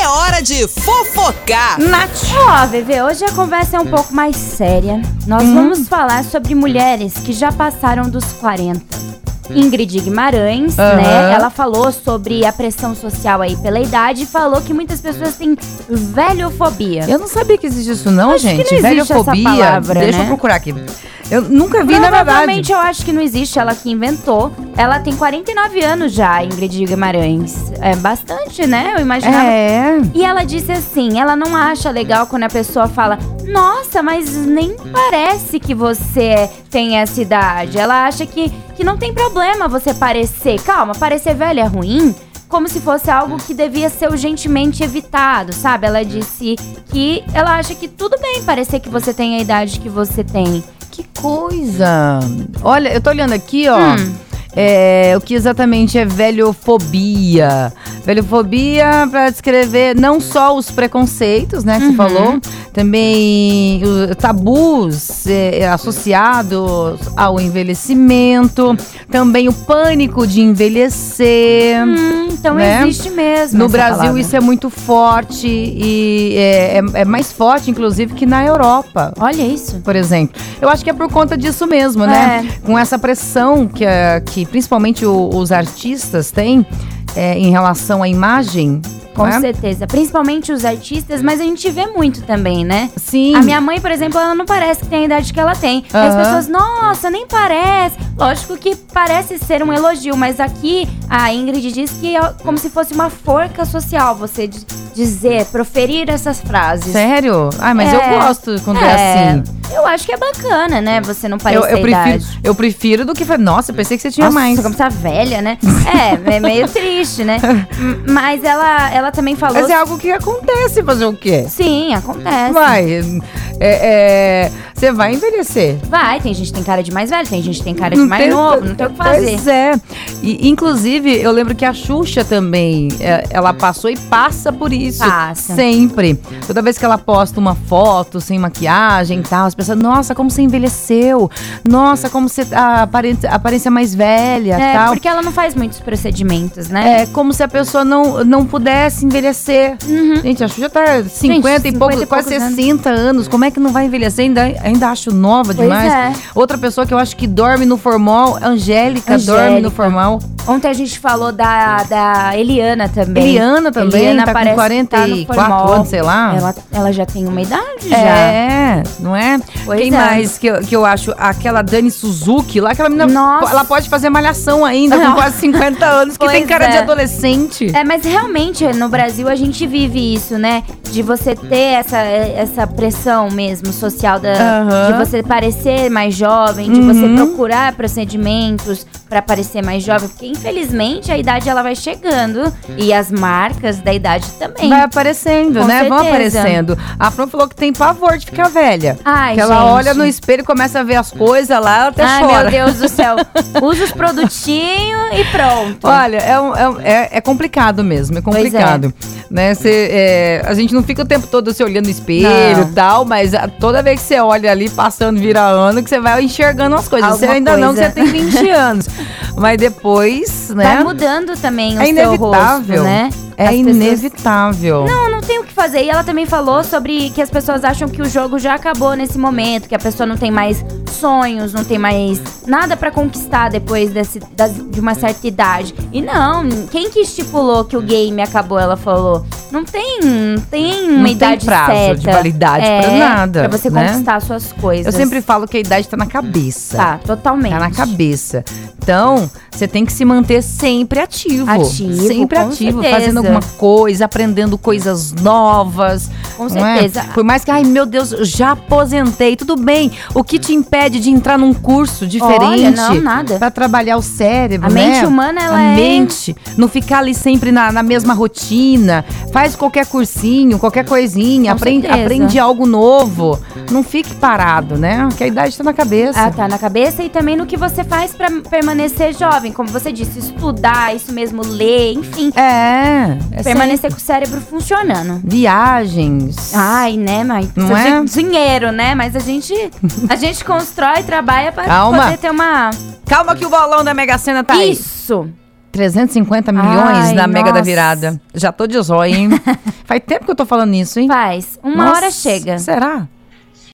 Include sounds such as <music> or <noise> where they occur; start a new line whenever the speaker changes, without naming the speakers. é hora de fofocar!
Nath.
Ó, Vivi, hoje a conversa é um pouco mais séria. Nós
Uhum.
vamos falar sobre mulheres que já passaram dos 40. Ingrid Guimarães, né? Ela falou sobre a pressão social aí pela idade e falou que muitas pessoas têm velhofobia.
Eu não sabia que existe isso, não,
Acho que
gente.
não existe
Velhofobia.
essa palavra,
Deixa
né?
eu procurar aqui. Eu nunca vi, na
Provavelmente
verdade.
eu acho que não existe, ela que inventou. Ela tem 49 anos já, Ingrid Guimarães. É bastante, né? Eu imaginava
É.
E ela disse assim: ela não acha legal quando a pessoa fala, nossa, mas nem parece que você tem essa idade. Ela acha que, que não tem problema você parecer. Calma, parecer velha é ruim. Como se fosse algo que devia ser urgentemente evitado, sabe? Ela disse que ela acha que tudo bem parecer que você tem a idade que você tem.
Que coisa. Olha, eu tô olhando aqui, ó.
Hum.
É, o que exatamente é velhofobia? Velhofobia pra descrever não só os preconceitos, né, que
Uhum.
você falou, também os tabus é, associados ao envelhecimento, também o pânico de envelhecer.
Hum, então
Né?
existe mesmo.
No
essa
Brasil
palavra.
isso é muito forte e é, é- é mais forte, inclusive, que na Europa,
Olha isso. É,
por exemplo. Eu acho que é por conta disso mesmo, né? Com essa pressão que, é, que principalmente o- os artistas têm é, em relação à imagem.
Com
né?
certeza. Principalmente os artistas, mas a gente vê muito também, né?
Sim.
A minha mãe, por exemplo, ela não parece que tem a idade que ela tem. E As
Aham.
pessoas, nossa, nem parece. Lógico que parece ser um elogio, mas aqui a Ingrid diz que é como se fosse uma forca social você di- dizer, proferir essas frases.
Sério? Ah, mas
É.
eu gosto quando é,
É,
assim.
Eu acho que é bacana, né? Você não
Eu, eu
parecer a
prefiro,
idade.
eu prefiro do que. fa- Nossa, eu pensei que você tinha
Nossa,
mais.
como tá
<laughs>
velha, né? É, é meio triste, né? M- Mas ela, ela também falou.
Mas é algo que acontece, fazer o quê?
assim. Sim, acontece.
Vai. é, é, você vai envelhecer.
Vai, tem gente que tem cara de mais velho, tem gente que tem cara de mais
tem- <laughs>
novo, não tem o que fazer.
Pois é. E, inclusive, eu lembro que a Xuxa também, é, ela passou e passa por isso.
Passa.
Sempre. Toda vez que ela posta uma foto sem maquiagem e tal, as pessoas, nossa, como você envelheceu. Nossa, como você. A aparência, a aparência mais velha
É,
tal.
porque ela não faz muitos procedimentos, né?
É como se a pessoa não, não pudesse envelhecer. Gente, a Xuxa tá 50 e
50
poucos,
Uhum. e
quase
poucos anos.
60 anos. Como é que não vai envelhecer? Ainda, ainda acho nova
Pois
demais.
é.
Outra pessoa que eu acho que dorme no formal, Angélica, dorme
Angélica.
no formal.
Ontem a gente falou da, da Eliana também.
É. Eliana também,
Eliana
tá
parece
com
que tá no
44
formol.
anos, sei lá.
Ela, ela já tem uma idade, já.
É, não é?
Pois
Quem
é.
mais que eu, que eu acho? Aquela Dani Suzuki lá, aquela menina.
Nossa.
Ela pode fazer malhação ainda,
<laughs>
com quase 50 anos, que tem
Pois
cara de
é.
adolescente.
É, mas realmente no Brasil a gente vive isso, né? De você ter essa, essa pressão mesmo social, da,
Aham. Uhum.
de você parecer mais jovem, de você procurar procedimentos pra parecer mais jovem. Porque infelizmente a idade ela vai chegando e as marcas da idade também.
Vai aparecendo,
Com
né? Vão
certeza.
aparecendo. A Fran falou que tem pavor de ficar velha.
Ai,
que ela
gente.
olha no espelho e começa a ver as coisas lá, ela até
Ai,
chora.
meu Deus
<laughs>
do céu. Usa os produtinhos e pronto.
Olha, é, um- é um- é- é complicado mesmo, é
é.
complicado. Né? Cê, é, a gente não fica o tempo todo se olhando no espelho
Não.
e tal, mas a- toda vez que você olha ali, passando, vira ano, que você vai enxergando as coisas. Você
Alguma
ainda não, que
coisa.
você tem
<laughs>
20 anos. Mas depois, né?
Vai Tá mudando também o
é
seu rosto,
inevitável.
né?
É
As pessoas-
inevitável.
Não, não tem o que fazer. E ela também falou sobre que as pessoas acham que o jogo já acabou nesse momento, que a pessoa não tem mais sonhos, não tem mais nada pra conquistar depois desse- das- de uma certa idade. E não, quem que estipulou que o game acabou, ela falou. Não tem, não tem uma
tem
idade
prazo
certa.
de validade pra
é,
nada,
Pra você
né?
conquistar suas coisas.
Eu sempre falo que a idade tá na cabeça.
Tá, totalmente.
Tá na cabeça. Então, você tem que se manter sempre ativo.
Ativo,
sempre
com
ativo,
certeza.
fazendo alguma coisa, aprendendo coisas novas.
Com
não é?
certeza.
Por mais que, ai meu Deus, eu já aposentei. Tudo bem. O que te impede de entrar num curso diferente?
Olha, não, nada.
Pra trabalhar o cérebro,
A
né?
mente humana, ela
a
é.
mente, não ficar ali sempre na, na mesma rotina. Faz qualquer cursinho, qualquer coisinha,
Com
aprende,
certeza.
aprende algo novo. Não fique parado, né? Porque a idade tá na cabeça.
Ah, tá na cabeça e também no que você faz pra permanecer jovem, como você disse, estudar, isso mesmo, ler, enfim,
É, é
permanecer com o cérebro funcionando.
sempre. viagens.
Ai, né, mas
Não
precisa
é?
de dinheiro, né? Mas a gente a gente constrói, trabalha pra
Calma.
poder ter uma
Calma que o bolão da Mega Sena tá aí.
Isso.
350 milhões
Ai,
na Mega da
nossa. <laughs>
Virada. Já tô de zóio, hein? Faz tempo que eu tô falando isso, hein?
Faz. Uma
Nossa,
hora chega.
Será?